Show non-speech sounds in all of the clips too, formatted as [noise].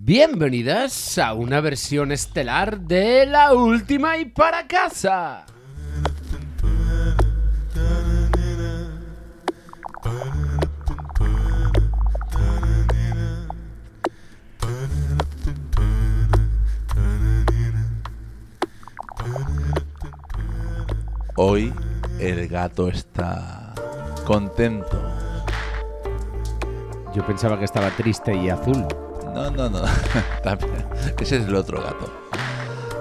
Bienvenidas a una versión estelar de La Última y para casa. Hoy el gato está contento. Yo pensaba que estaba triste y azul. No, no, [laughs] no. También. Ese es el otro gato.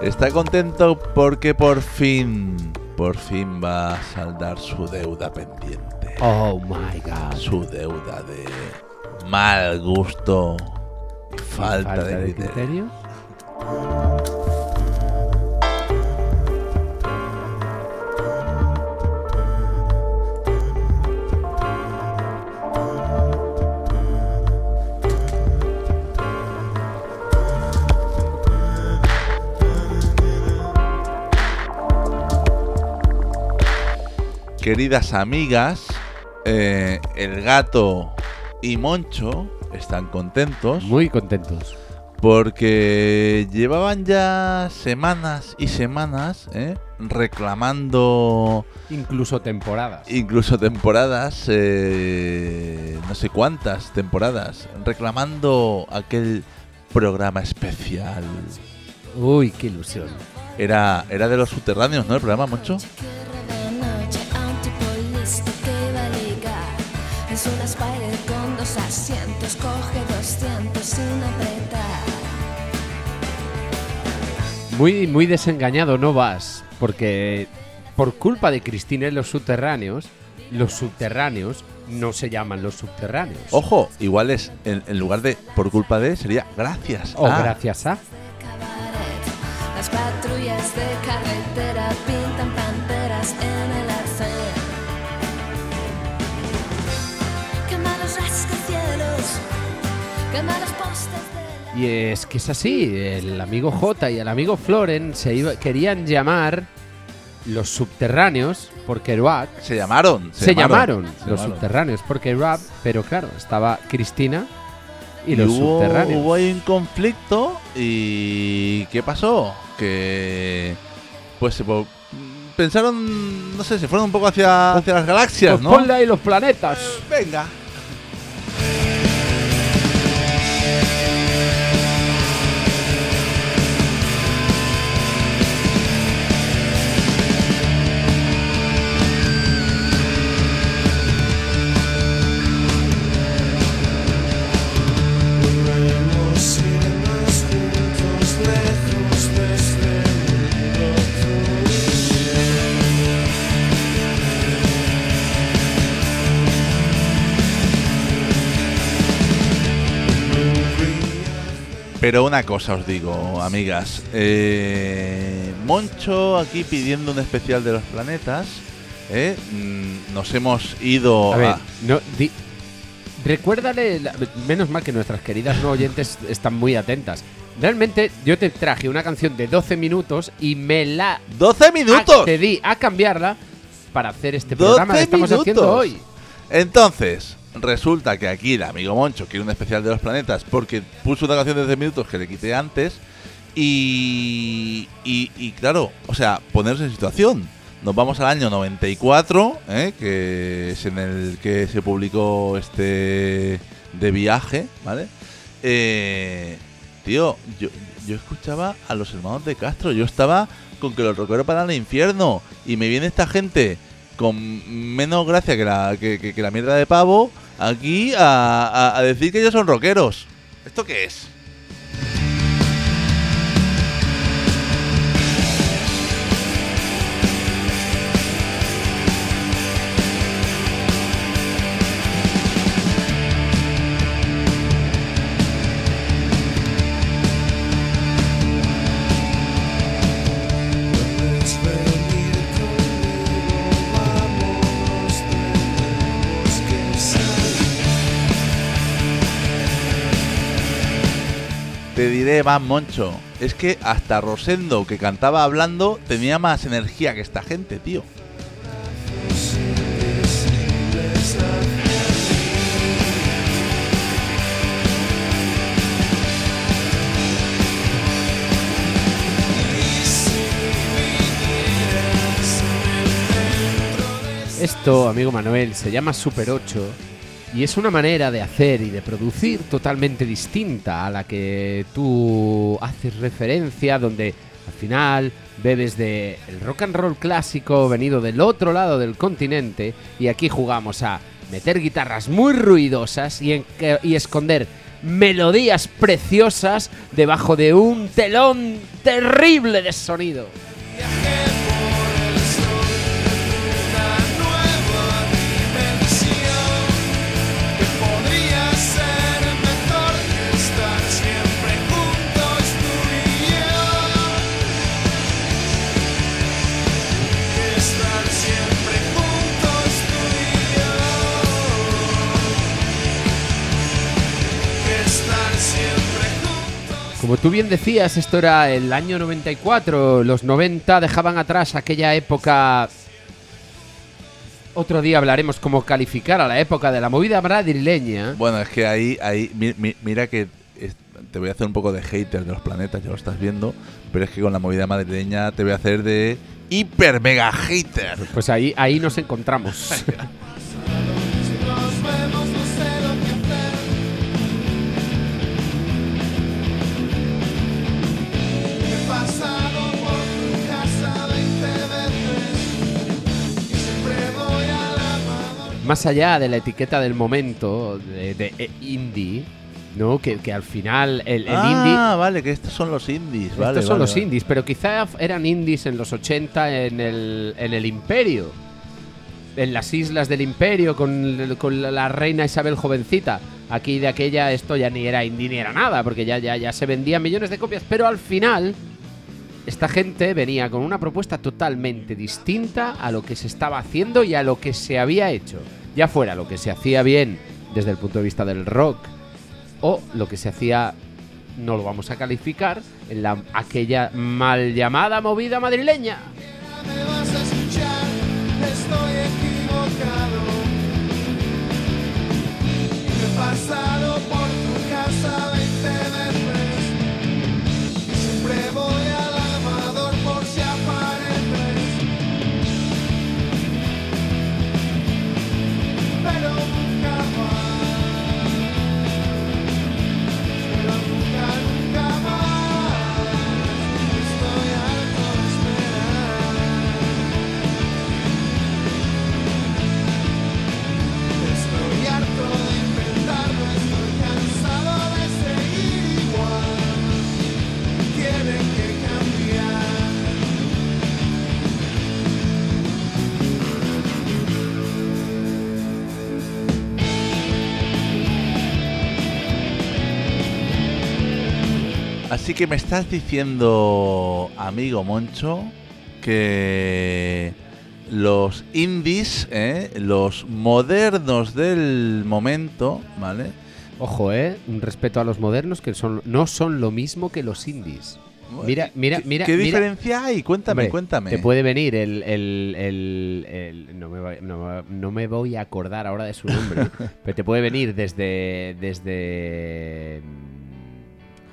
Está contento porque por fin, por fin va a saldar su deuda pendiente. Oh my god. Su deuda de mal gusto y falta, de, criterio. Queridas amigas, eh, el gato y Moncho están contentos Muy contentos. Porque llevaban ya semanas y semanas ¿eh? reclamando Incluso temporadas. incluso temporadas, eh, no sé cuántas temporadas, reclamando aquel programa especial. Uy, qué ilusión. Era, era de los subterráneos, ¿no? El programa, Moncho. de noche a un tipo listo que va a ligar. Es una spider con dos asientos, coge 200 sin apretar. Muy, muy desengañado no vas, porque por culpa de Cristina y los subterráneos, los subterráneos no se llaman los subterráneos. Ojo, igual es, en, en lugar de por culpa de, sería gracias. Ah, O Oh, a. gracias a. Cabaret. Las patrullas de carretera pintan panteras en el arcén. Quema los rascacielos, quema los postes de la... Y es que es así, el amigo J y el amigo Floren se iba- querían llamar los subterráneos porque Roab Se llamaron. se, llamaron se los llamaron. subterráneos porque Roab, pero claro, estaba Cristina y, los hubo, subterráneos. Hubo ahí un conflicto y ¿qué pasó? Que pues se po- pensaron, no sé, se fueron un poco hacia, hacia las galaxias, Pues ¿no? ponle ahí los planetas. Venga. Pero una cosa os digo, amigas. eh, Moncho aquí pidiendo un especial de los planetas. ¿eh? Mm, Nos hemos ido A ver, a- no, di- recuérdale, la- menos mal que nuestras queridas no oyentes están muy atentas. Realmente yo te traje una canción de 12 minutos y me la 12 minutos. accedí a cambiarla para hacer este 12 programa que estamos minutos. haciendo hoy. Entonces, resulta que aquí el amigo Moncho quiere un especial de los planetas porque puso una canción de 10 minutos que le quité antes. Y, y, y claro, o sea, ponerse en situación. Nos vamos al año 94, ¿eh? que es en el que se publicó este de viaje, ¿vale? Eh, tío, yo, yo escuchaba a los hermanos de Castro, yo estaba con que los rockeros paran al infierno y me viene esta gente con menos gracia que la, que, que- que la mierda de pavo aquí a, a- a decir que ellos son rockeros. ¿Esto qué es? Te diré más, Moncho. Es que hasta Rosendo, que cantaba hablando, tenía más energía que esta gente, tío. proyecto, amigo Manuel, se llama Super 8 y es una manera de hacer y de producir totalmente distinta a la que tú haces referencia, donde al final bebes de el rock and roll clásico venido del otro lado del continente y aquí jugamos a meter guitarras muy ruidosas y, en- que- y esconder melodías preciosas debajo de un telón terrible de sonido. Podría ser mejor que estar siempre juntos tú y yo. Que estar siempre juntos tú y yo. Que estar siempre juntos. Como tú bien decías, esto era el año 94. Los 90 dejaban atrás aquella época. Otro día hablaremos cómo calificar a la época de la movida madrileña. Bueno, es que ahí, ahí mi- mi- mira que es- te voy a hacer un poco de hater de los planetas, ya lo estás viendo, pero es que con la movida madrileña te voy a hacer de hiper mega hater. Pues ahí, ahí nos encontramos. Si nos vemos no sé lo que hacer. He pasado por tu casa 20 veces y siempre voy a la mano. Más allá de la etiqueta del momento de, de, eh, indie, ¿no? Que, que al final el, el indie. ah, vale, que estos son los indies, vale. Estos son vale, los vale. indies, pero quizá f- eran indies en los 80 en el, en el Imperio. En las islas del Imperio, con, l- con la- la reina Isabel jovencita. Aquí de aquella esto ya ni era indie ni era nada, porque ya, ya, ya se vendían millones de copias. Pero al final, esta gente venía con una propuesta totalmente distinta a lo que se estaba haciendo y a lo que se había hecho. Ya fuera lo que se hacía bien desde el punto de vista del rock o lo que se hacía, no lo vamos a calificar, en la, aquella mal llamada movida madrileña. Me vas a escuchar, estoy equivocado. He pasado por tu casa 20 veces y siempre voy al amador por si apareces. Pero nunca más, pero nunca, nunca más. Estoy harto de esperar. Estoy harto de intentarlo, estoy cansado de seguir igual. Tienen que cambiar. Así que me estás diciendo, amigo Moncho, que los indies, ¿eh? los modernos del momento, ¿vale? Ojo, eh, un respeto a los modernos que son, no son lo mismo que los indies. Mira, mira, ¿Qué- mira. ¿Qué mira- diferencia hay? Cuéntame, Hombre, cuéntame. Te puede venir el. el- el- el- no, me voy, no me- no me voy a acordar ahora de su nombre. pero te puede venir desde. Desde. mm,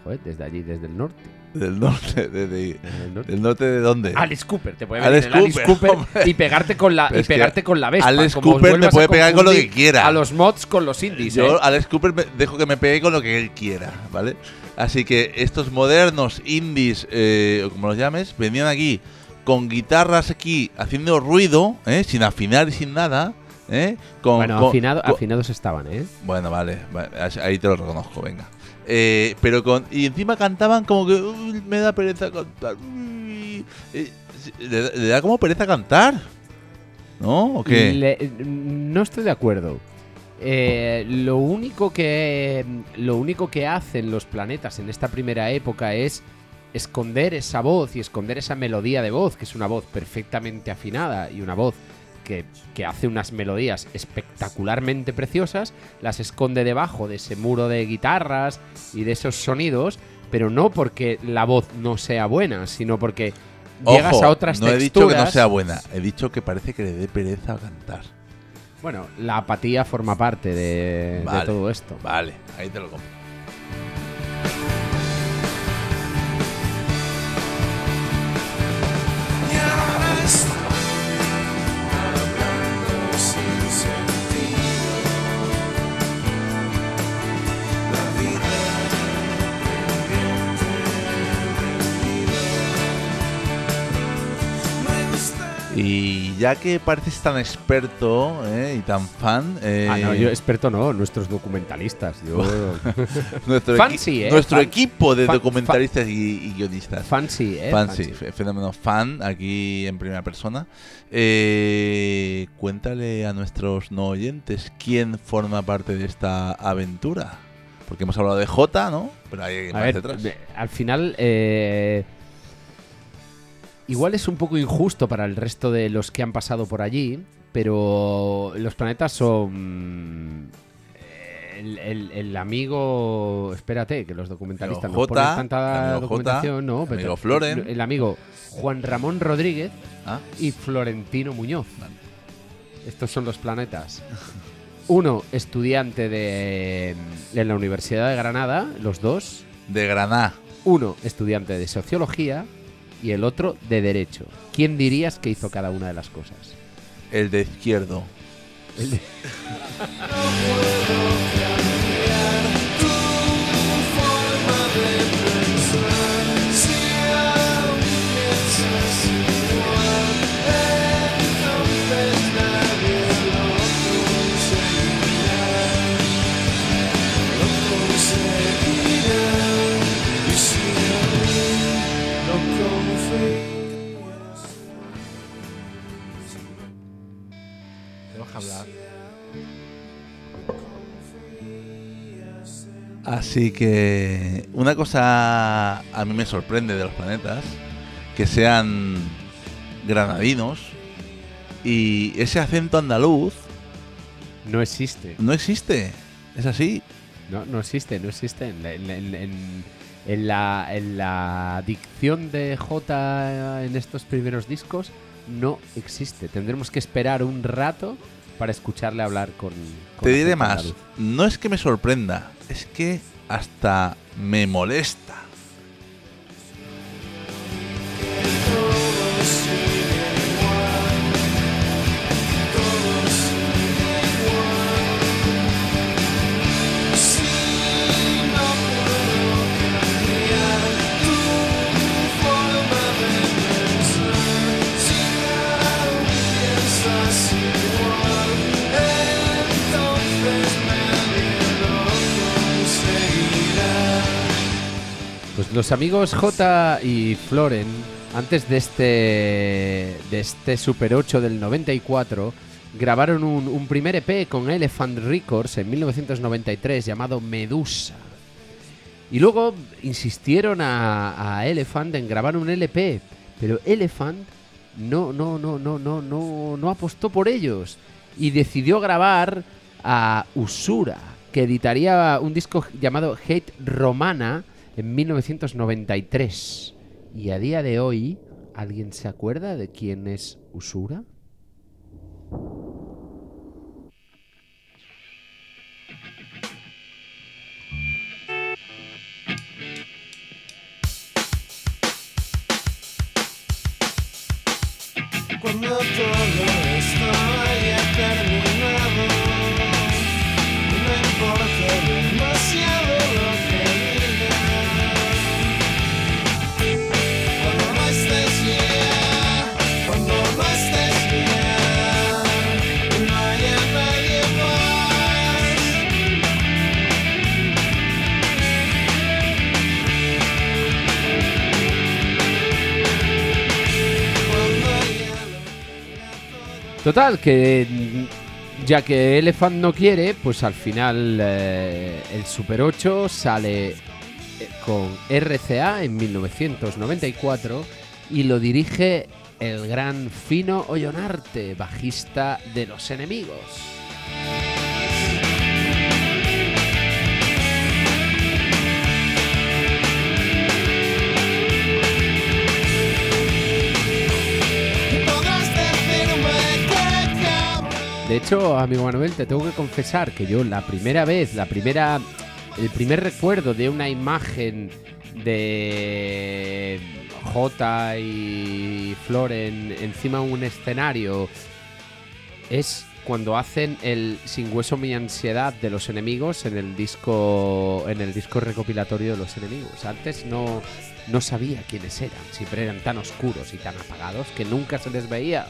Joder, desde allí, desde el norte. Del norte, de, de- Desde el norte. ¿Del norte de dónde? Alice Cooper, te puede venir Alex el Alice Cooper, Cooper hombre. y pegarte con la Pero y es que pegarte con la Vespa. Alex como Cooper vuelvas te puede a pegar con lo que confundir quiera. A los mods con los indies. Yo, ¿eh? Alex Cooper, me- dejo que me pegue con lo que él quiera, ¿vale? Así que estos modernos indies, eh, o como los llames, venían aquí con guitarras aquí haciendo ruido, ¿eh? sin afinar y sin nada. ¿eh? Con, Bueno, con- afinado- con- afinados estaban, ¿eh? Bueno, vale, vale, ahí te lo reconozco, venga. Eh, pero con. Y encima cantaban como que. "Uy, me da pereza cantar. uy". Eh, le, le da como pereza cantar. ¿No? ¿O qué? Le- no estoy de acuerdo. Eh, lo único que lo único que hacen los planetas en esta primera época es esconder esa voz y esconder esa melodía de voz, que es una voz perfectamente afinada y una voz que, que hace unas melodías espectacularmente preciosas, las esconde debajo de ese muro de guitarras y de esos sonidos, pero no porque la voz no sea buena, sino porque llegas Ojo, a otras no he dicho texturas. que no sea buena, he dicho que parece que le dé pereza cantar. Bueno, la apatía forma parte de, de Vale. todo esto. Vale, ahí te lo compro. Y ahora está hablando Y ya que pareces tan experto ¿eh? y tan fan, eh, Ah, no, yo experto no, nuestros documentalistas. Yo, nuestro, Fan equi- sí, ¿eh? nuestro Fan- equipo de fan- documentalistas y, y guionistas. [laughs] fancy, ¿eh? Fan, sí, fe- fenómeno fan aquí en primera persona. Eh, cuéntale a nuestros no oyentes quién forma parte de esta aventura. Porque hemos hablado de J, ¿no? Pero hay alguien A más ver, detrás. eh, al final, eh, igual es un poco injusto para el resto de los que han pasado por allí, pero los planetas son... eh, El, el- el amigo, espérate, que los documentalistas Amigo no ponen J, tanta amigo J, documentación, no, pero- amigo Floren. el amigo Juan Ramón Rodríguez Ah, y Florentino Muñoz. vale. Estos son los planetas. Uno, estudiante de, en la Universidad de Granada, los dos. De Granada. Uno, estudiante de Sociología y el otro de Derecho. ¿Quién dirías que hizo cada una de las cosas? El de izquierdo. Así que una cosa a mí me sorprende de los planetas, que sean granadinos y ese acento andaluz No existe. no existe. Es así. No, no existe, no existe. En, la- en la- en- en- en la, en la dicción de J en estos primeros discos no existe. Tendremos que esperar un rato para escucharle hablar con... con Te diré acento más. andaluz. No es que me sorprenda, es que hasta me molesta. Então, Pues los amigos J y Floren, antes de este, de este Super 8 del 94, grabaron un, un primer EP con Elephant Records en 1993 llamado Medusa. Y luego insistieron a, a Elephant en grabar un LP, pero Elephant no, no, no, no, no, no, no apostó por ellos y decidió grabar a Usura, que editaría un disco llamado Hate Romana en 1993. Y a día de hoy, ¿alguien se acuerda de quién es Usura? Cuando todo esto haya terminado, no me importa demasiado lo que digan. Cuando no estés bien, cuando no estés bien, y no haya nadie más. Total, que mm, ya que Elephant no quiere, pues al final eh, el Super 8 sale eh, con RCA en 1994 y lo dirige el gran Fino Ollonarte, bajista de los enemigos. Podrás decirme que cabrón. De hecho, amigo Manuel, te tengo que confesar que yo la primera vez, la primera, el primer recuerdo de una imagen de J y Floren encima de un escenario es cuando hacen el Sin hueso mi ansiedad de los enemigos en el disco en el disco recopilatorio de los enemigos. Antes no no sabía quiénes eran, siempre eran tan oscuros y tan apagados que nunca se les veía.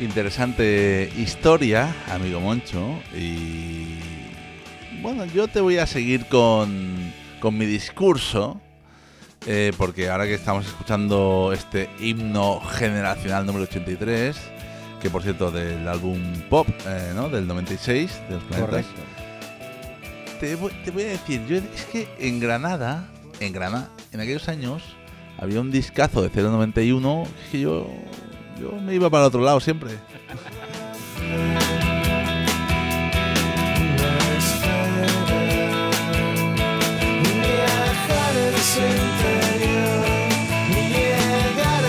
interesante historia, amigo Moncho. Y bueno, yo te voy a seguir con, con mi discurso, eh, porque ahora que estamos escuchando este himno generacional número 83, que por cierto del álbum Pop, eh, ¿no? Del 96, de los planetas. Correcto. Te voy, te voy a decir, yo es que en Granada, en Granada, en aquellos años, había un discazo de 091 que yo, yo me iba para el otro lado siempre. Viajar el interior y llegar a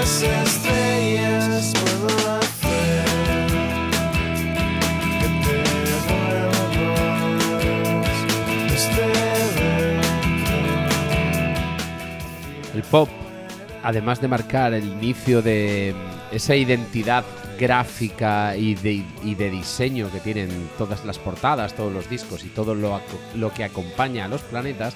las estrellas puedo hacer que te vuelvas desde dentro. El pop, además de marcar el inicio de mm, esa identidad gráfica y de, y de diseño que tienen todas las portadas, todos los discos y todo lo, aco- lo que acompaña a los planetas,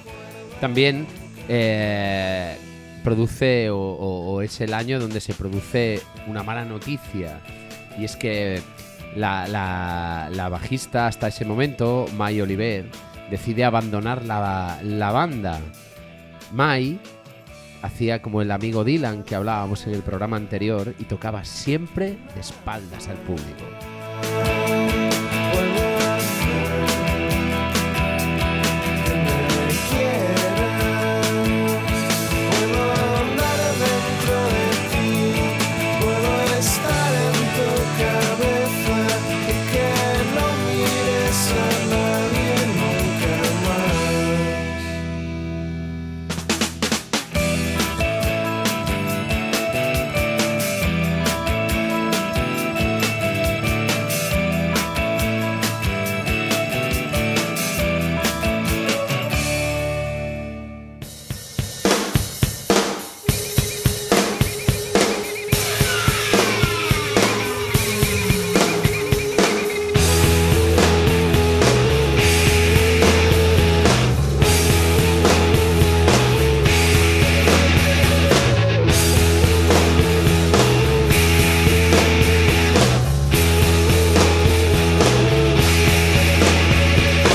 también eh, produce o, o- o es el año donde se produce una mala noticia. Y es que la, la- la bajista hasta ese momento, Mai Oliver, decide abandonar la, la banda. Mai hacía como el amigo Dylan que hablábamos en el programa anterior y tocaba siempre de espaldas al público. Vuelvo a hacer que me quieras. Puedo andar dentro de ti, puedo estar en tu cabeza y que no mires a nadie nunca más.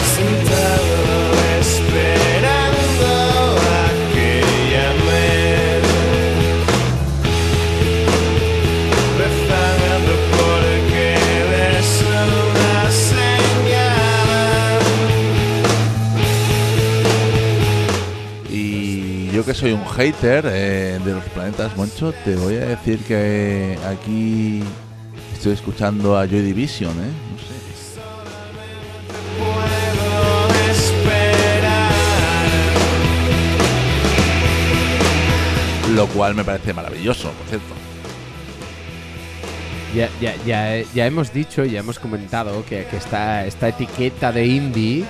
Sentado esperando a que llame, rezando porque des una señal. Y yo que soy un hater eh, de los planetas, Moncho, te voy a decir que aquí estoy escuchando a Joy Division, ¿eh? No sé. Puedo esperar. Lo cual me parece maravilloso, por cierto. Ya, ya, ya, ya hemos dicho, ya hemos comentado que, que esta, esta etiqueta de indie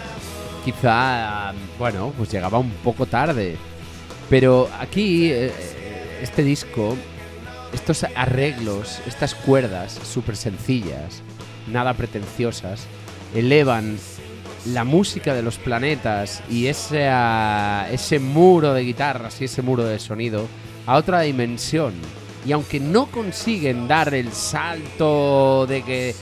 quizá, bueno, pues llegaba un poco tarde. Pero aquí, eh, este disco, estos arreglos, estas cuerdas súper sencillas, nada pretenciosas, elevan la música de los planetas y ese, ah, ese muro de guitarras y ese muro de sonido a otra dimensión. Y aunque no consiguen dar el salto de que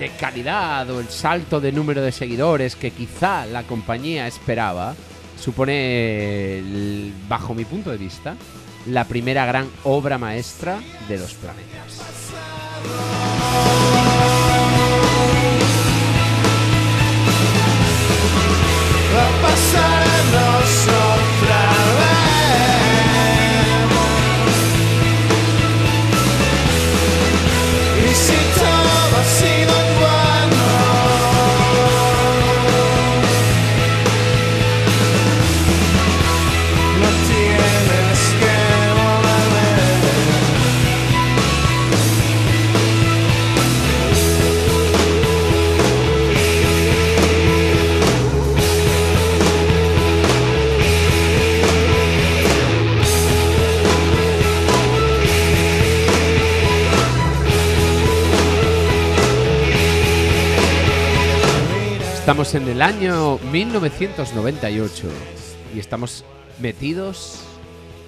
de calidad o el salto de número de seguidores que quizá la compañía esperaba, supone, el- bajo mi punto de vista, la primera gran obra maestra de los planetas. Va a pasarnos otra vez. Y si todo ha sido en vano, no tienes que volver. Estamos en el año 1998 y estamos metidos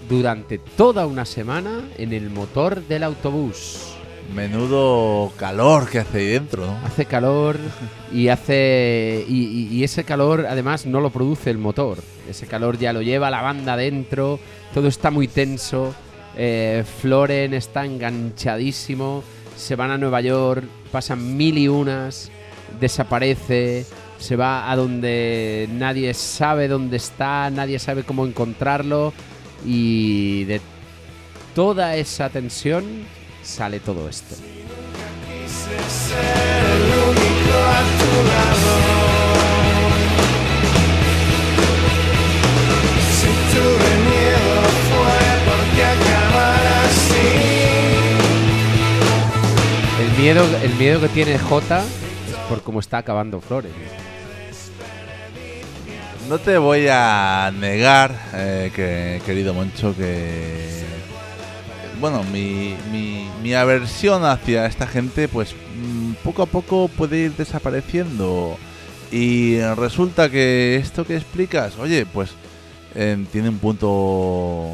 durante toda una semana en el motor del autobús. Menudo calor que hace ahí dentro, ¿no? Hace calor y hace. Y, y- y ese calor además no lo produce el motor. Ese calor ya lo lleva la banda dentro. Todo está muy tenso. eh, Floren está enganchadísimo. Se van a Nueva York. Pasan mil y unas. Desaparece. Se va a donde nadie sabe dónde está. Nadie sabe cómo encontrarlo. Y de toda esa tensión sale todo esto. Si tuve miedo fue porque acabara así. El miedo, el miedo que tiene J es por cómo está acabando Flores. No te voy a negar, eh, que, querido Moncho, que. Bueno, mi, mi- mi aversión hacia esta gente, pues mm, poco a poco puede ir desapareciendo. Y resulta que esto que explicas, oye, pues em, tiene un punto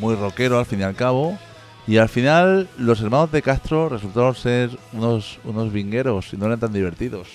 muy rockero al fin y al cabo. Y al final, los hermanos de Castro resultaron ser unos, unos vingueros y no eran tan divertidos.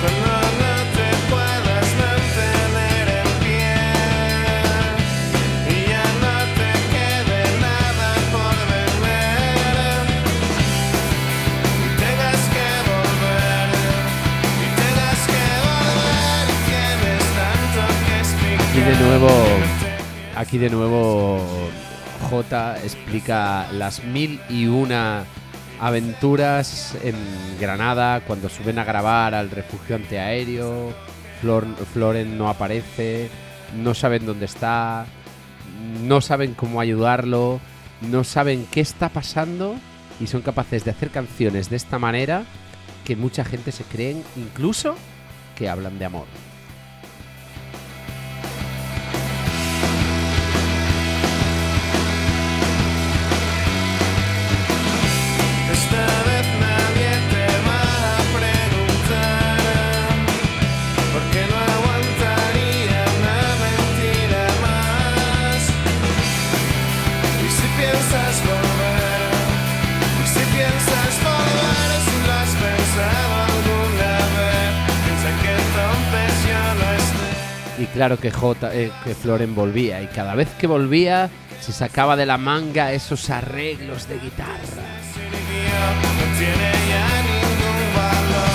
Cuando no te puedas mantener en pie y ya no te quede nada por vender y tengas que volver y tengas que volver y tienes tanto que explicar. Aquí de nuevo, aquí de nuevo J explica las mil y una aventuras en Granada cuando suben a grabar al refugio antiaéreo. Flor, Floren no aparece, no saben dónde está, no saben cómo ayudarlo, no saben qué está pasando y son capaces de hacer canciones de esta manera que mucha gente se creen incluso que hablan de amor. Esta vez nadie te va a preguntar, porque no aguantaría una mentira más. Y si piensas volver, y si piensas volver, si lo has pensado alguna vez, piensa que entonces yo no estoy. Y claro que J, eh, que Floren volvía y cada vez que volvía se sacaba de la manga esos arreglos de guitarra. Sin guión, no tiene ya ningún valor.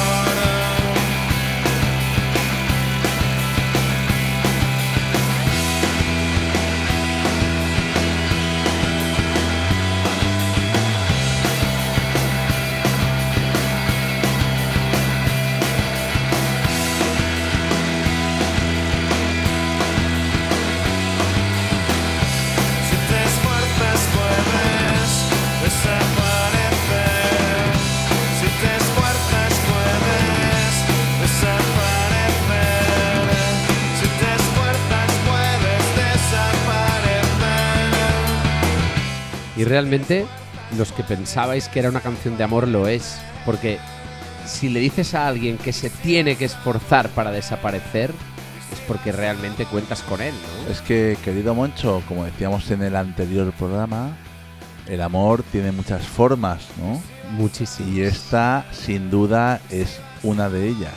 Si te esfuerzas puedes desaparecer. Si te esfuerzas puedes desaparecer. Si te esfuerzas puedes desaparecer. Y realmente los que pensabais que era una canción de amor lo es, porque si le dices a alguien que se tiene que esforzar para desaparecer, es porque realmente cuentas con él, ¿no? Es que, querido Moncho, como decíamos en el anterior programa, el amor tiene muchas formas, ¿no? Muchísimo. Y esta, sin duda, es una de ellas.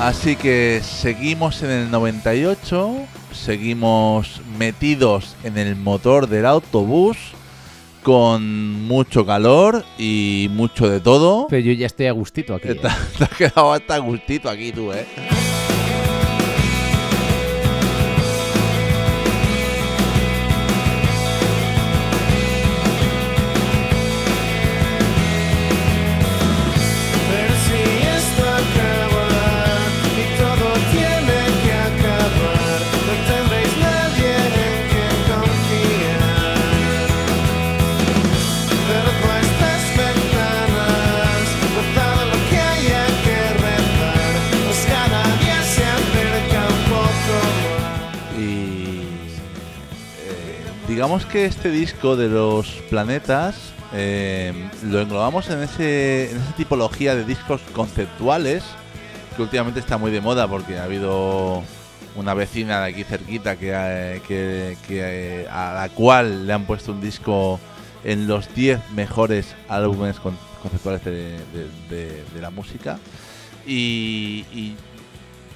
Así que seguimos en el 98, seguimos metidos en el motor del autobús con mucho calor y mucho de todo. Pero yo ya estoy a gustito aquí. Te, ¿eh? [laughs] te has quedado hasta a gustito aquí tú, ¿eh? Pero si esto acaba y todo tiene que acabar, no tendréis nadie en quien confiar. Pero por estas ventanas, todo lo que haya que retar, pues cada día se acerca un poco más. Y eh, digamos que este disco de los planetas eh, lo englobamos en, ese, en esa tipología de discos conceptuales que últimamente está muy de moda porque ha habido una vecina de aquí cerquita que, eh, que- que, eh, a la cual le han puesto un disco en los 10 mejores álbumes con- conceptuales de, de- de- de la música. Y- y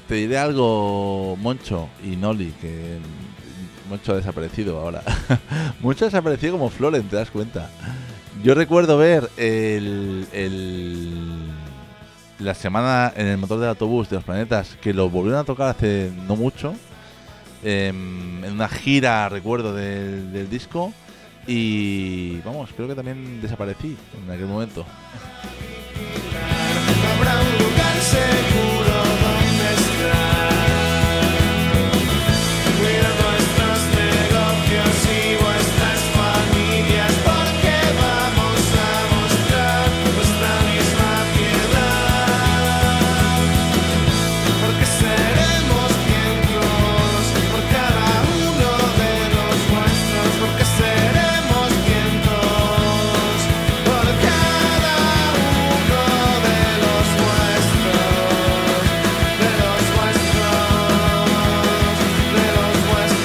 te diré algo, Moncho y Noli, que Moncho ha desaparecido ahora. [laughs] Moncho ha desaparecido como Floren, te das cuenta. Yo recuerdo ver el, el- la semana en el motor del autobús de los planetas, que lo volvieron a tocar hace no mucho, em, en una gira, recuerdo, del, del disco. Y vamos, creo que también desaparecí en aquel momento. Habrá un lugar seguro donde estar. Cuida nuestros negocios y vuestras familias, porque vamos a mostrar nuestra misma piedad. Porque seremos vientos por cada uno de los nuestros, porque seremos vientos por cada uno de los nuestros, de los nuestros, de los nuestros, de los nuestros, por cada uno de los nuestros de los muertos.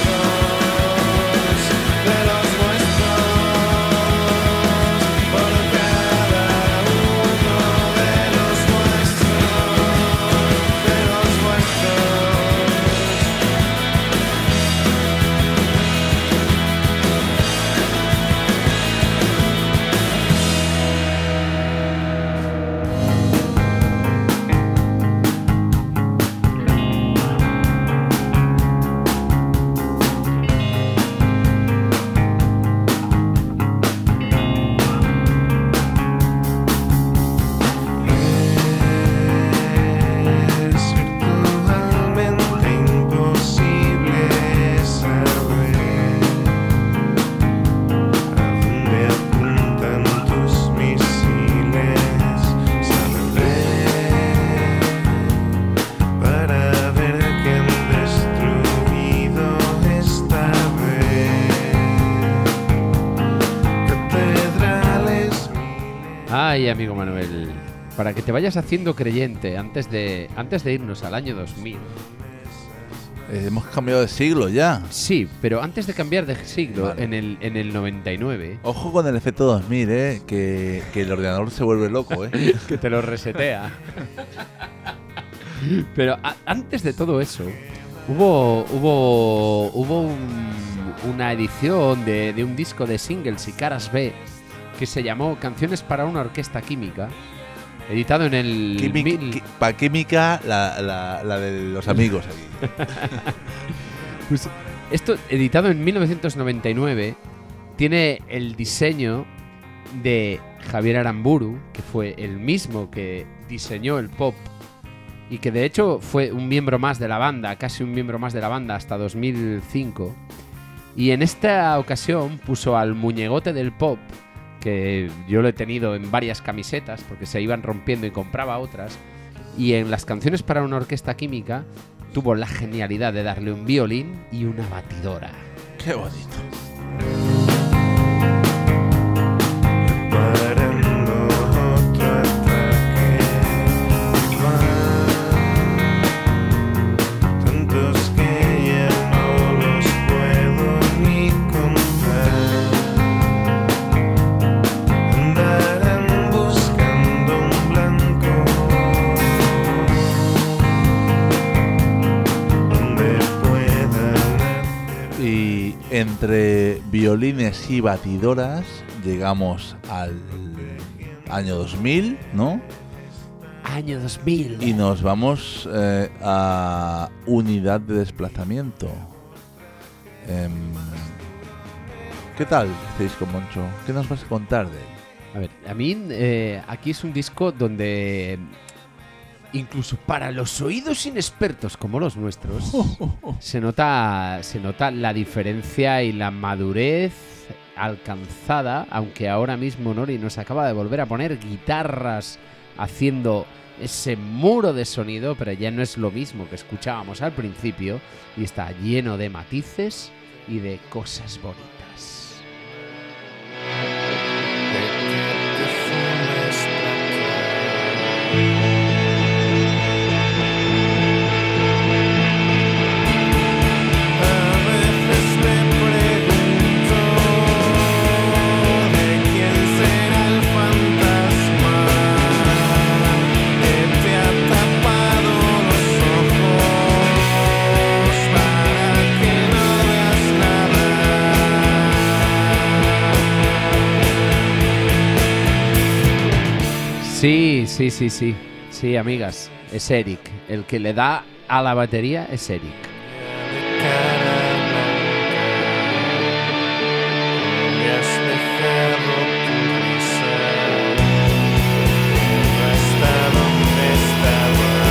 Es virtualmente imposible saber a dónde apuntan tus misiles. Saldré para ver que han destruido esta vez catedrales miles. Ay, amigo Manuel, para que te vayas haciendo creyente antes de, antes de irnos al año 2000. Eh, hemos cambiado de siglo ya. Sí, pero antes de cambiar de siglo, Vale. en, el, en el [laughs] 99, Ojo con el efecto 2000, ¿eh? que, que el ordenador se vuelve loco. ¿eh? [laughs] que te lo resetea. pero a- antes de todo eso, hubo, hubo, hubo un- una edición de, de un disco de singles y caras B que se llamó Canciones para una Orquesta Química, editado en el... Química, mil- para química, la, la- la de los amigos aquí. Pues esto, editado en 1999, tiene el diseño de Javier Aramburu, que fue el mismo que diseñó el pop y que de hecho fue un miembro más de la banda, casi un miembro más de la banda hasta 2005. Y en esta ocasión puso al muñegote del pop, que yo lo he tenido en varias camisetas porque se iban rompiendo y compraba otras. Y en las canciones para una orquesta química tuvo la genialidad de darle un violín y una batidora. Qué bonito. Parando otro ataque más Tantos que ya no los puedo ni contar Andarán buscando un blanco Donde puedan entre violines y batidoras llegamos al año 2000, ¿no? Año 2000. Y nos vamos eh, a unidad de desplazamiento. Em, ¿Qué tal estáis con Moncho? ¿Qué nos vas a contar de él? A ver, a mí eh, aquí es un disco donde incluso para los oídos inexpertos como los nuestros se nota se nota la diferencia y la madurez alcanzada, aunque ahora mismo Nori nos acaba de volver a poner guitarras haciendo ese muro de sonido, pero ya no es lo mismo que escuchábamos al principio y está lleno de matices y de cosas bonitas. A veces me pregunto de quién será el fantasma que te ha tapado los ojos para que no veas nada. Sí, sí, sí, sí. Sí, amigas, es Eric. El que le da a la batería es Eric. Me has dejado tu risa, no está donde estaba.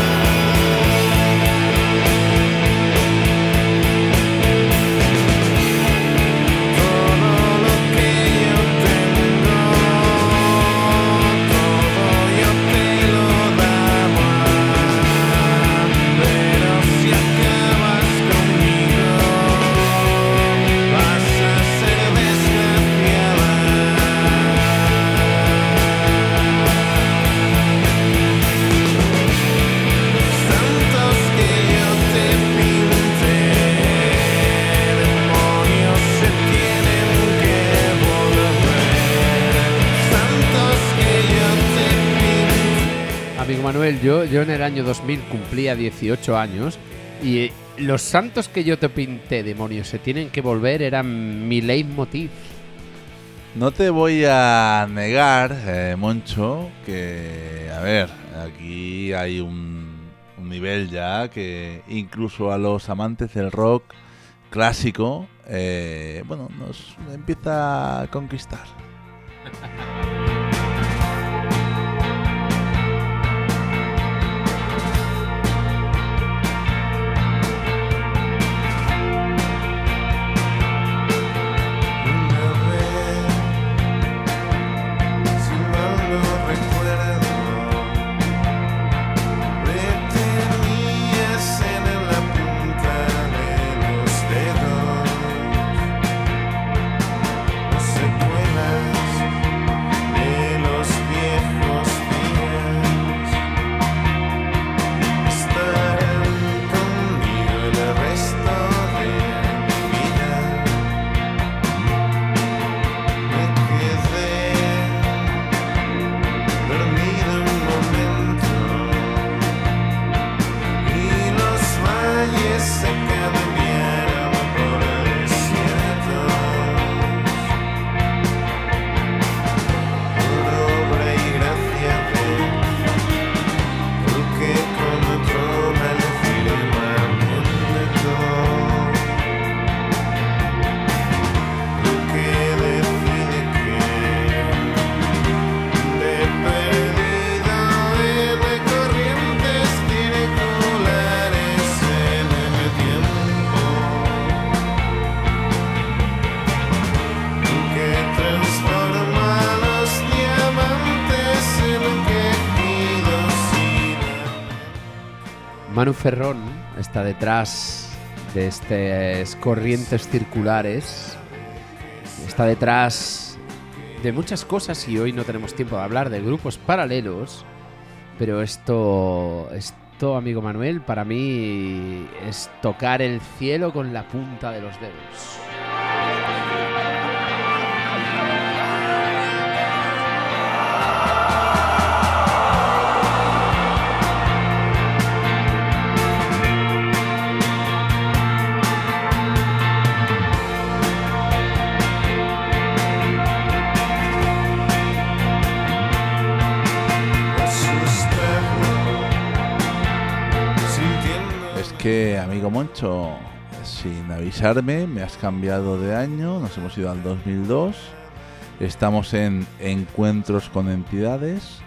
Todo lo que yo tengo, todo yo te lo daba, pero si acabas conmigo. Vas a ser desgraciada Santos que yo te pinté Demonios se tienen que volver Santos que yo te pinté Amigo Manuel, yo, yo en el año 2000 cumplía 18 años y eh, los santos que yo te pinté, demonios, se tienen que volver, eran mi leitmotiv. No te voy a negar, eh, Moncho, que, a ver, aquí hay un, un nivel ya que incluso a los amantes del rock clásico, eh, bueno, nos empieza a conquistar. Una vez, si mal no recuerdo, me tenías en la punta de los dedos, las secuelas de los viejos días, estarán conmigo el resto de mi vida. Me quedé dormido un momento y los valles se cambiaron por desiertos por obra y gracia de porque controla el firmamento que define que de perdido en corrientes circulares en el tiempo que transforma los diamantes en quejidos y Manu Ferrón está detrás de estas corrientes circulares. Está detrás de muchas cosas y hoy no tenemos tiempo de hablar de grupos paralelos. Pero esto, esto, amigo Manuel, para mí es tocar el cielo con la punta de los dedos. Una vez que, amigo Moncho, sin avisarme, me has cambiado de año, nos hemos ido al 2002, estamos en encuentros con entidades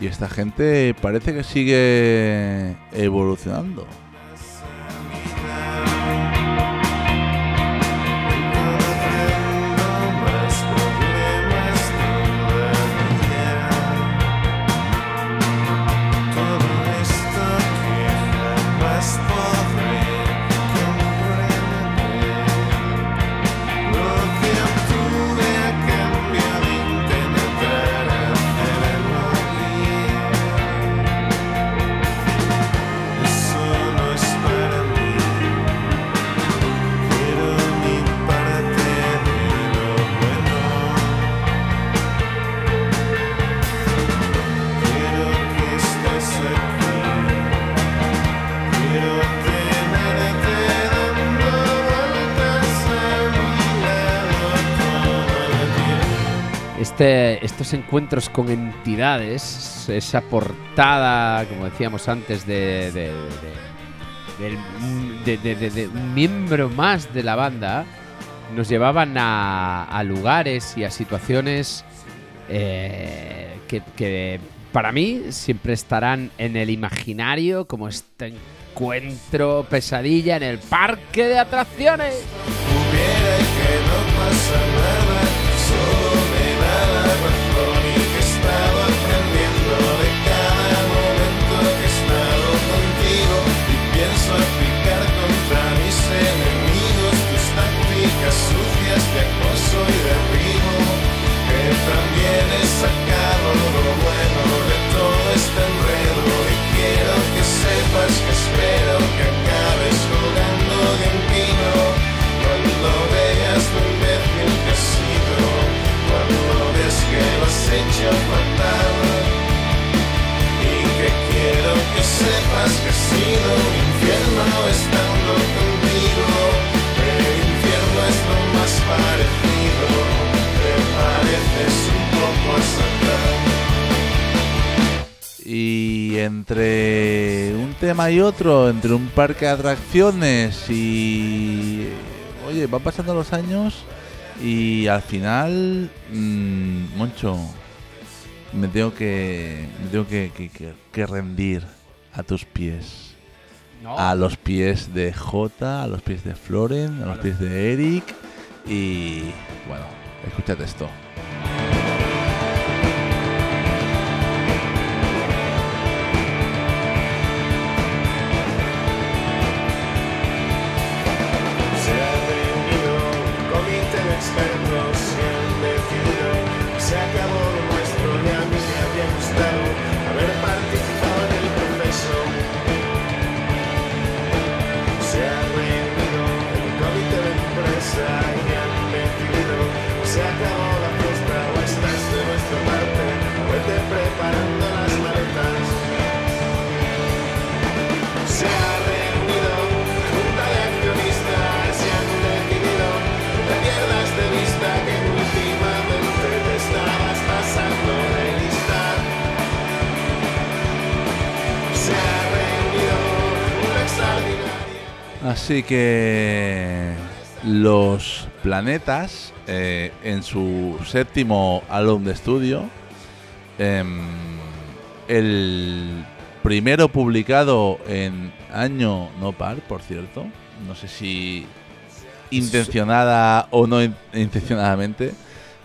y esta gente parece que sigue evolucionando. Este, estos encuentros con entidades, esa portada, como decíamos antes, de, de- de- del- de- de- de- de un miembro más de la banda, nos llevaban a, a lugares y a situaciones eh, que, que para mí siempre estarán en el imaginario, como este encuentro pesadilla en el parque de atracciones. este Y entre un tema y otro, entre un parque de atracciones y... Oye, van pasando los años y al final... mm, Moncho, me tengo que... me tengo que, que- que- que rendir a tus pies. No. A los pies de Jota, a los pies de Floren, a los pies de Eric y... Bueno, escúchate esto. Se ha reunido un comité de expertos y han decidido se acabó lo nuestro y a mí me habría gustado haber participado en el proceso. Se ha reunido el comité de empresa y han decidido se acabó la fiesta o estás de nuestra parte o vete preparando las maletas. Se ha reunido junta de accionistas y han decidido no te pierdas de vista que últimamente te estabas pasando de lista. Se ha reunido una extraordinaria. Así que los planetas eh, en su séptimo álbum de estudio, em, el primero publicado en año no par, por cierto, no sé si intencionada o no in- intencionadamente,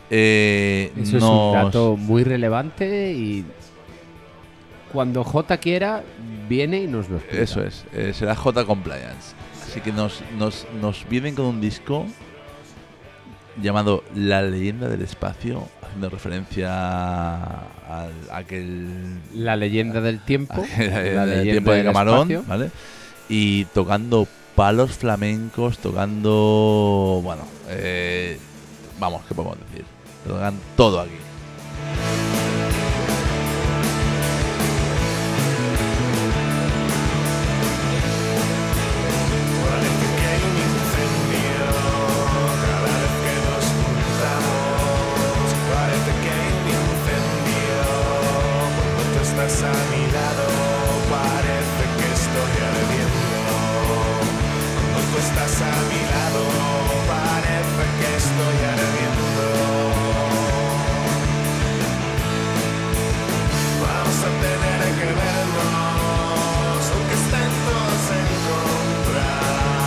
eh, Eso nos- es un dato muy relevante y cuando J quiera, viene y nos lo explica. Eso es, eh, será J Compliance. Así que nos, nos, nos vienen con un disco llamado La leyenda del espacio, haciendo referencia al- a aquel La leyenda del tiempo. [laughs] la del tiempo de del camarón, espacio. ¿vale? Y tocando palos flamencos, tocando. Bueno, eh, vamos, ¿qué podemos decir? Tocan todo aquí. Parece que hay un incendio cada vez que nos juntamos. Parece que hay un incendio cuando tú estás a mi lado. Parece que estoy ardiendo. estás a mi lado, parece que estoy ardiendo. Vamos a tener que vernos, aunque estemos en contra.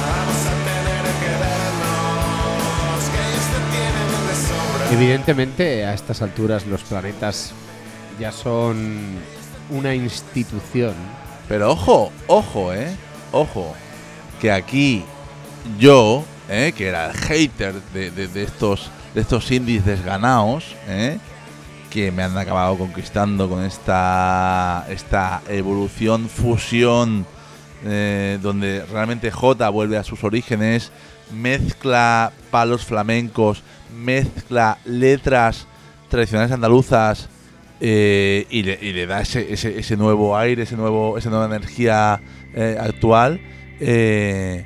Vamos a tener que vernos, que ellos te tienen de sobra. Evidentemente, a estas alturas los planetas ya son una institución. Pero ojo, ojo, eh. Ojo. Que aquí yo, eh, que era el hater de, de- de estos de estos indies desganados, eh, que me han acabado conquistando con esta esta evolución fusión eh, donde realmente J vuelve a sus orígenes, mezcla palos flamencos, mezcla letras tradicionales andaluzas eh, y, le, y le da ese, ese- ese nuevo aire, ese nuevo, esa nueva energía eh, actual. eh,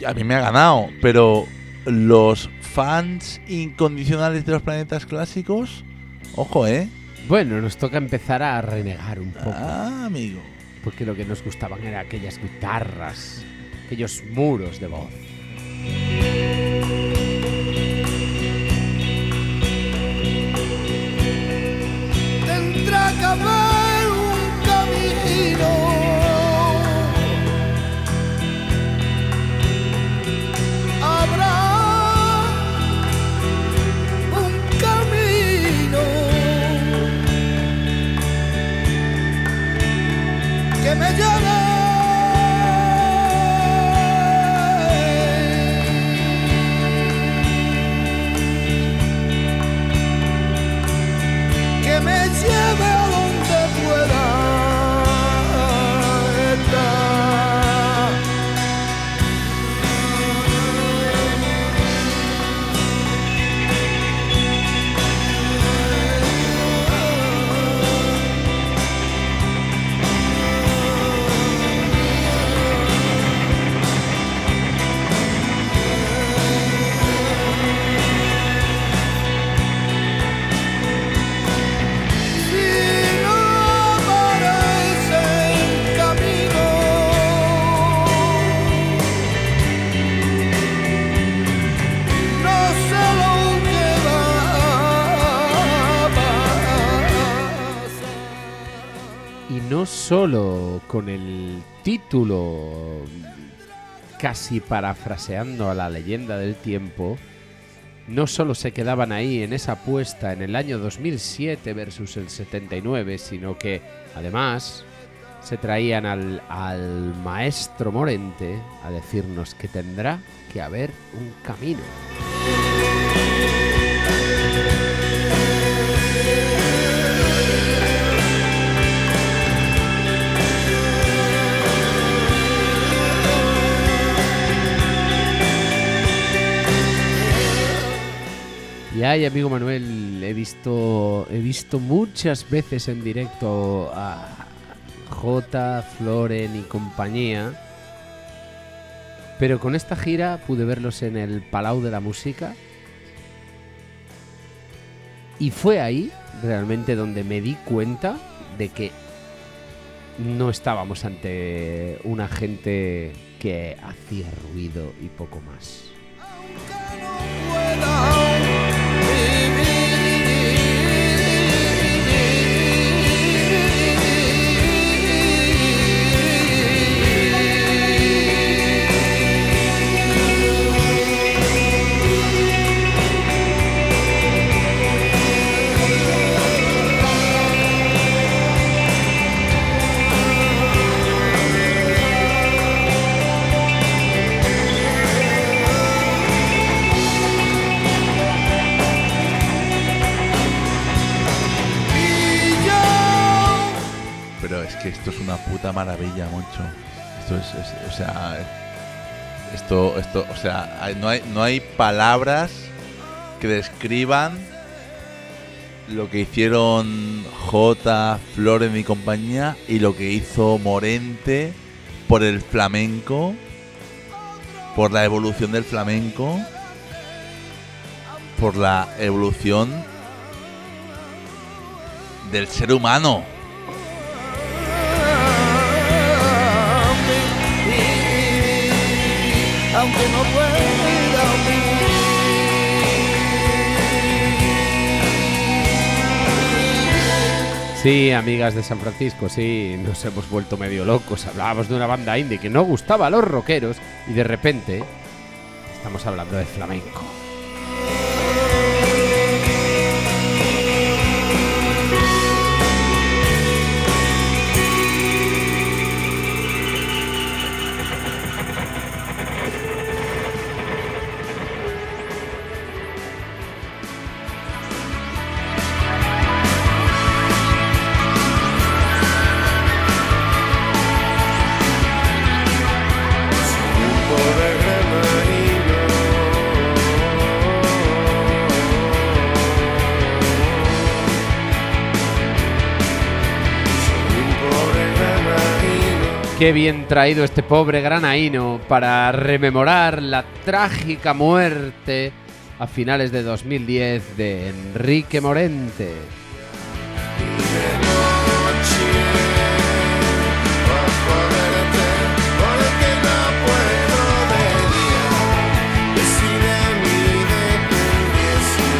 y a mí me ha ganado, pero los fans incondicionales de los planetas clásicos, ojo, ¿eh? Bueno, nos toca empezar a renegar un poco. Ah, amigo. Porque lo que nos gustaban eran aquellas guitarras, aquellos muros de voz. Tendrá que haber un camino Habrá un camino Que me lleve que me lleve a donde pueda estar. Si no aparece el camino, no sé lo que va a pasar. Y no solo con el título, casi parafraseando a la leyenda del tiempo, no solo se quedaban ahí en esa apuesta en el año 2007 versus el 79, sino que además se traían al, al maestro Morente a decirnos que tendrá que haber un camino. Y ay, amigo Manuel, he visto, he visto muchas veces en directo a J, Floren y compañía. Pero con esta gira pude verlos en el Palau de la Música. Y fue ahí realmente donde me di cuenta de que no estábamos ante una gente que hacía ruido y poco más. Que no pueda vivir. Y yo Pero es que esto es una puta maravilla, Moncho. Esto es, es- o sea, esto, esto, o sea, hay- no hay, no hay palabras que describan lo que hicieron J, Floren y compañía y lo que hizo Morente por el flamenco, por la evolución del flamenco, por la evolución del ser humano. A aunque no pueda vivir. Sí, amigas de San Francisco, sí, nos hemos vuelto medio locos. Hablábamos de una banda indie que no gustaba a los rockeros y de repente estamos hablando de flamenco. Qué bien traído este pobre granaíno para rememorar la trágica muerte a finales de 2010 de Enrique Morente. Porque no puedo de día Y si de mí dependiese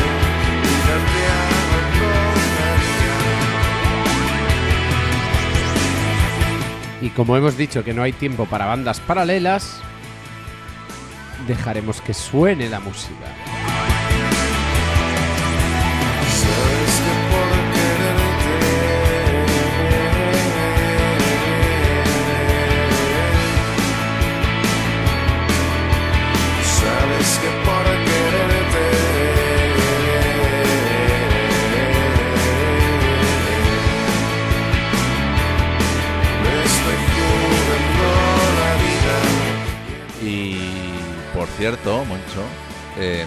Mi familia abandonaría Y como hemos dicho que no hay tiempo para bandas paralelas, dejaremos que suene la música. Sabes que por quererte Sabes que por quererte Me estoy jugando la vida Y por cierto, Moncho, eh,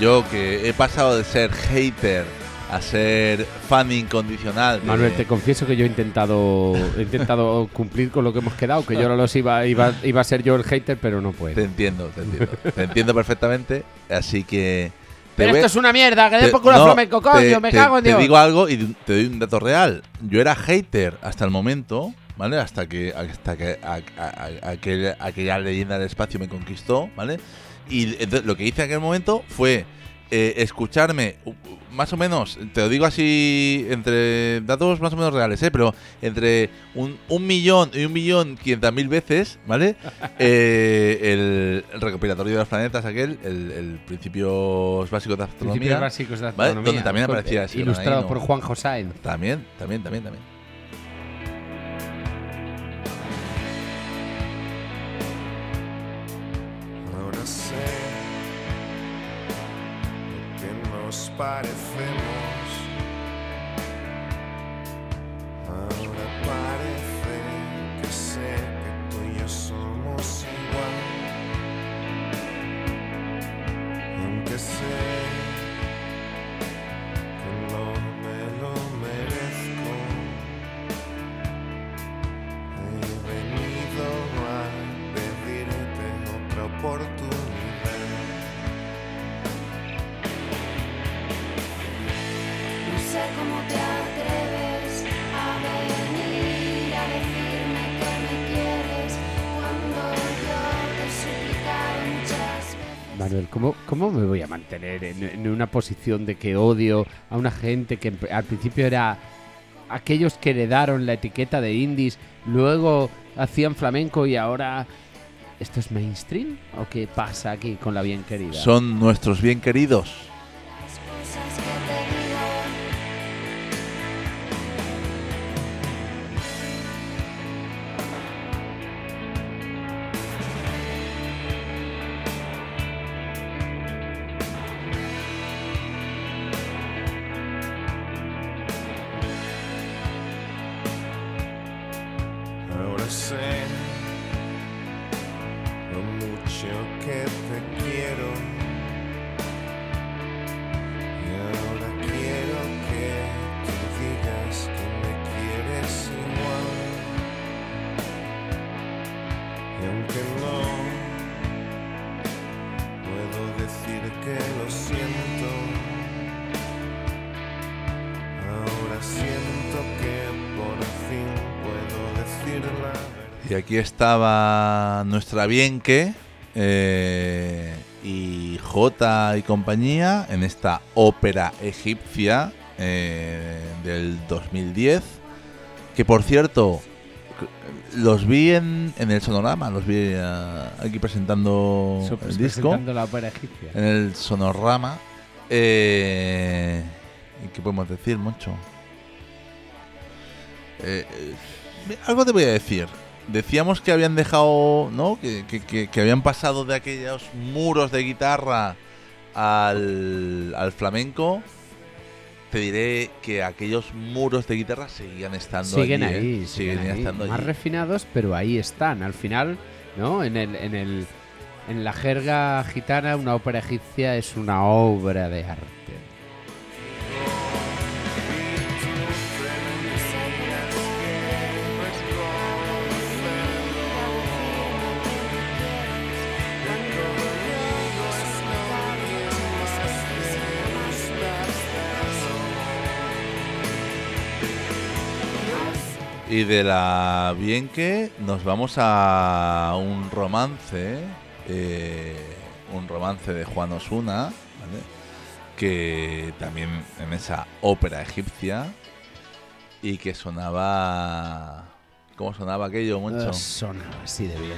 yo que he pasado de ser hater a ser fan incondicional. eh, de- Manuel, te confieso que yo he intentado, he [laughs] intentado cumplir con lo que hemos quedado, que yo no los iba, iba, iba a ser yo el hater, pero no puedo. Te entiendo, te entiendo. [laughs] te entiendo perfectamente. Así que. te Pero voy- esto es una mierda, que te- den por culo a no, flamenco, te- coño, me te- cago en Dios. Te digo algo y te doy un dato real. Yo era hater hasta el momento, ¿vale? Hasta que, hasta que a- a- a- aquel- aquella leyenda del espacio me conquistó, ¿vale? Y entonces lo que hice en aquel momento fue eh, escucharme, u- u- más o menos, te lo digo así, entre datos más o menos reales, ¿eh? Pero entre un, un millón y un millón quinientas mil veces, [laughs] ¿vale? Eh, el, el recopilatorio de los planetas, aquel, el, el principios básicos de astronomía. Principios básicos de ¿vale? astronomía. Donde también con- aparecía ese Ilustrado granaíno. por Juan Josáenz. También, también, también, también. Ahora sé lo que nos parecemos. Ahora parece que sé que tú y yo somos igual. Aunque sé que no me lo merezco. He venido a pedirte otra oportunidad. No sé cómo te atreves a venir a decirme que me quieres cuando yo te he suplicado muchas veces. Manuel, ¿cómo, ¿cómo me voy a mantener en, en una posición de que odio a una gente que empe- al principio era aquellos que heredaron la etiqueta de indies, luego hacían flamenco y ahora esto es mainstream? ¿O qué pasa aquí con la bien querida? Son nuestros bien queridos. Las cosas que te digo. Ahora sé lo mucho que te quiero. Y ahora quiero que tú digas que me quieres igual. Y aunque no puedo decir que lo siento. Ahora siento que por fin puedo decir la verdad. Y aquí estaba nuestra bien que eh, y J y compañía en esta ópera egipcia eh, del 2010. Que por cierto, c- los vi en, en el sonorama, los vi eh, aquí presentando Eso, el pues, disco presentando la ópera egipcia. en el sonorama. Eh, ¿y ¿Qué podemos decir, Moncho? Eh, eh, algo te voy a decir. Decíamos que habían dejado, ¿no? Que, que- que- que habían pasado de aquellos muros de guitarra al, al flamenco. Te diré que aquellos muros de guitarra seguían estando siguen allí, ¿eh? ahí, siguen ahí, estando más allí. refinados, pero ahí están. Al final, ¿no? En el, en el en la jerga gitana, una ópera egipcia es una obra de arte. Y de la bien que nos vamos a un romance, eh, un romance de Juan Osuna, ¿vale? que también en esa ópera egipcia y que sonaba... ¿Cómo sonaba aquello, mucho? Ah, Sonaba así de bien.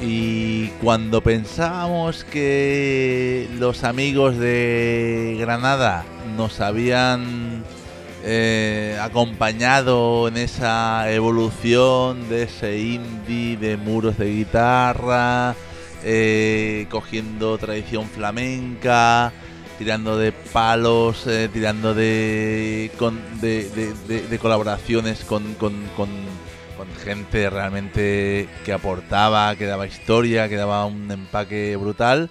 Y cuando pensábamos que los amigos de Granada nos habían eh, acompañado en esa evolución de ese indie de muros de guitarra, eh, cogiendo tradición flamenca, tirando de palos, eh, tirando de, con- de, de- de- de colaboraciones con- con- con con gente realmente que aportaba, que daba historia, que daba un empaque brutal.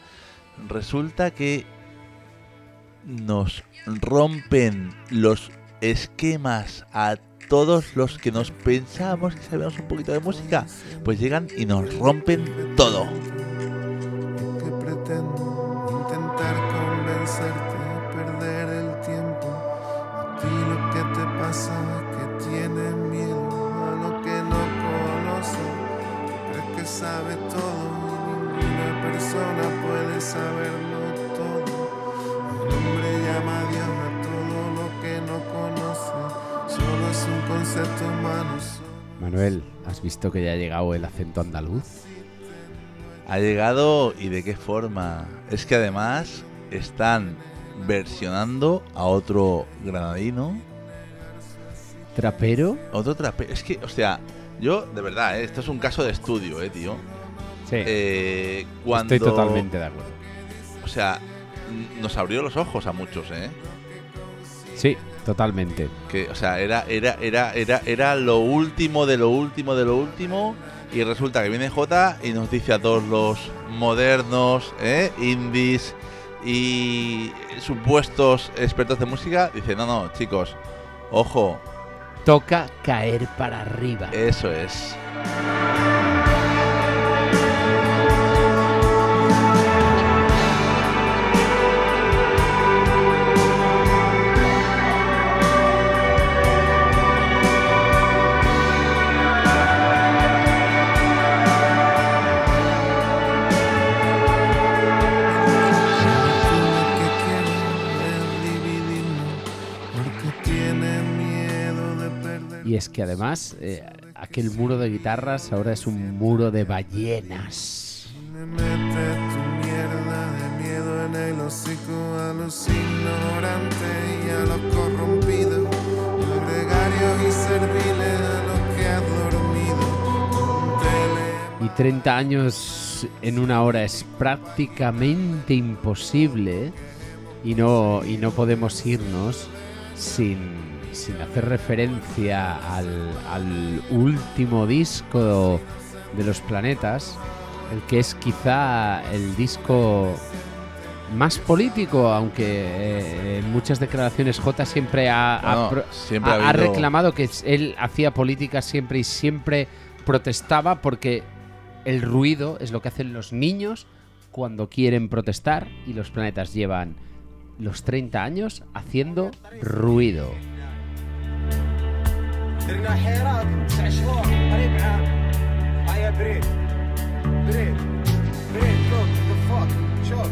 Resulta que nos rompen los esquemas a todos los que nos pensábamos que sabíamos un poquito de música, pues llegan y nos rompen todo. ¿De qué pretendo intentar convencerte a perder el tiempo? A ti lo que te pasa es que tienes miedo a lo que no conoces. Tú Crees que sabes todo y ninguna persona puede saberlo todo. El hombre llama a Dios a todo lo que no conoce. Solo es un concepto humano. Manuel, ¿has visto que ya ha llegado el acento andaluz? Ha llegado y de qué forma. Es que además están versionando a otro granadino ¿Trapero? Otro trape... Es que, o sea, yo, de verdad, eh, esto es un caso de estudio, eh, tío. Sí, Eh, cuando, estoy totalmente de acuerdo. O sea, n- nos abrió los ojos a muchos, ¿eh? Sí, totalmente. Que, o sea, era, era, era, era, era lo último de lo último de lo último. Y resulta que viene J y nos dice a todos los modernos, ¿eh? indies y supuestos expertos de música, dice, no, no, chicos, ojo, Toca caer para arriba. eso es. que quieren dividirnos porque tienen miedo de perder. Y es que además, eh, aquel muro de guitarras ahora es un muro de ballenas. Me mete tu mierda de miedo en el hocico a los ignorantes y a los corrompidos, gregarios y serviles a los que has dormido. Con tele- Y 30 años en una hora es prácticamente imposible. ¿eh? Y no, y no podemos irnos sin, sin hacer referencia al, al último disco de los planetas, el que es quizá el disco más político, aunque eh, en muchas declaraciones J siempre ha, ha Bueno, pro- siempre ha- ha ha habido- reclamado que s- él hacía política siempre y siempre protestaba porque el ruido es lo que hacen los niños cuando quieren protestar y los planetas llevan los 30 años haciendo ruido. درنا حيرات تسع شهور قريب عام هيا بريد بريد بريد فوق فوق شوف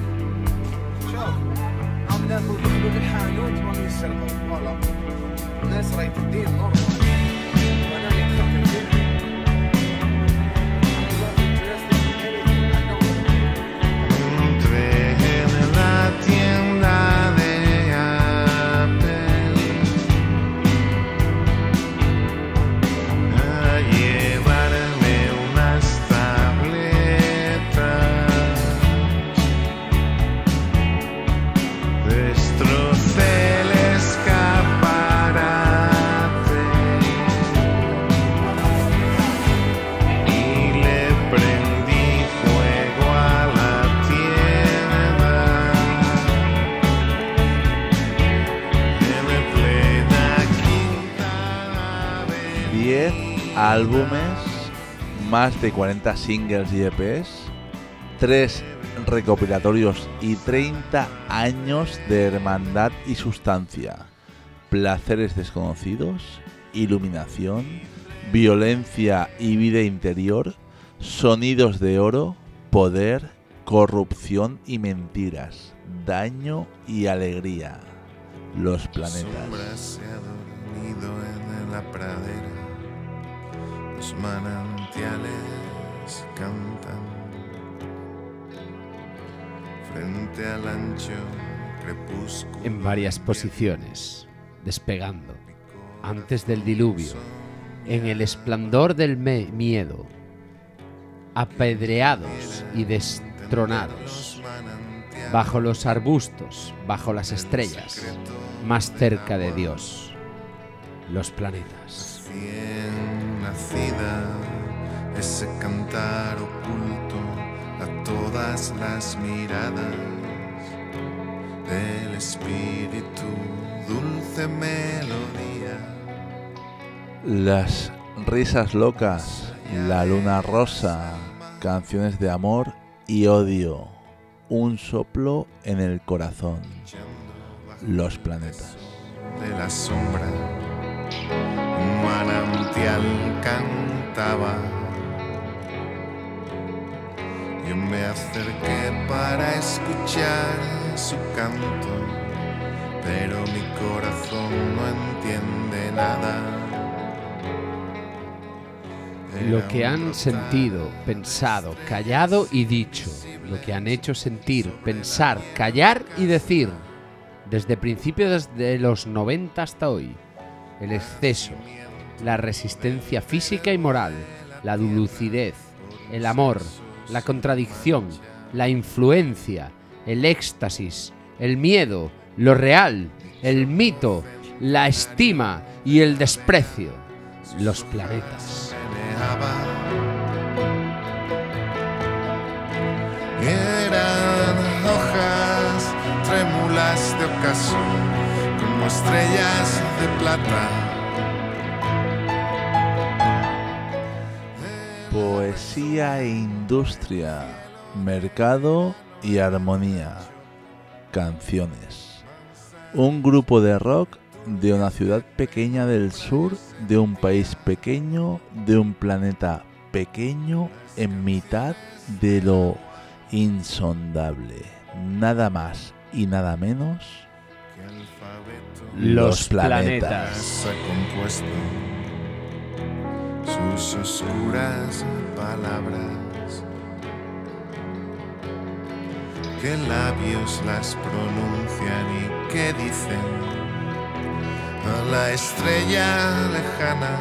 شوف عم ناكل دخلوا بالحانوت ما يسرقوا والله الناس راهي تدين نورمال وانا اللي دخلت الدين Entré en la tienda de Apple a llevarme unas tabletas. Destrocé el escaparate. Y le prendí fuego a la tierra En el plena quinta 10 avenida álbumes, más de 40 singles y E EPs, 3 recopilatorios y 30 años de hermandad y sustancia, placeres desconocidos, iluminación, violencia y vida interior, sonidos de oro, poder, corrupción y mentiras, daño y alegría. Los sombra planetas. se ha dormido en la pradera. Los manantiales cantan frente al ancho crepúsculo. En varias posiciones, despegando, antes del diluvio, en el esplendor del me- miedo, apedreados y destronados, manantiales bajo los arbustos, bajo las estrellas, más cerca de Dios, los planetas. Recién nacida, ese cantar oculto a todas las miradas del espíritu, dulce melodía. Las risas locas, la luna rosa, canciones de amor y odio, un soplo en el corazón, los planetas. de la sombra. Un manantial cantaba. Yo me acerqué para escuchar su canto, pero mi corazón no entiende nada. Lo Era que un han total sentido, pensado, callado y dicho. Lo que han hecho sentir, pensar, callar y decir. Desde principios de los 90 hasta hoy. El exceso, la resistencia física y moral, la lucidez, el amor, la contradicción, la influencia, el éxtasis, el miedo, lo real, el mito, la estima y el desprecio. Los planetas. meneaba fracaso como estrellas de plata. Poesía e industria, mercado y armonía, canciones. Un grupo de rock de una ciudad pequeña del sur, de un país pequeño, de un planeta pequeño, en mitad de lo insondable. Nada más y nada menos. Que alfabeto Los planetas. has compuesto sus oscuras palabras. Que labios las pronuncian y que dicen a la estrella lejana.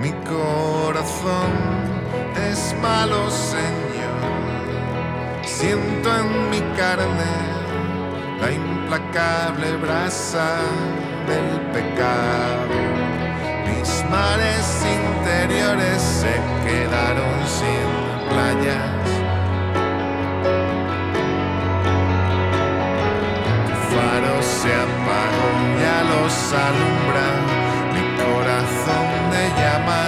Mi corazón es malo, Señor. Siento en mi carne la implacable brasa del pecado. Mis mares interiores se quedaron sin playas. Tu faro se apagó, ya los alumbra mi corazón de llama.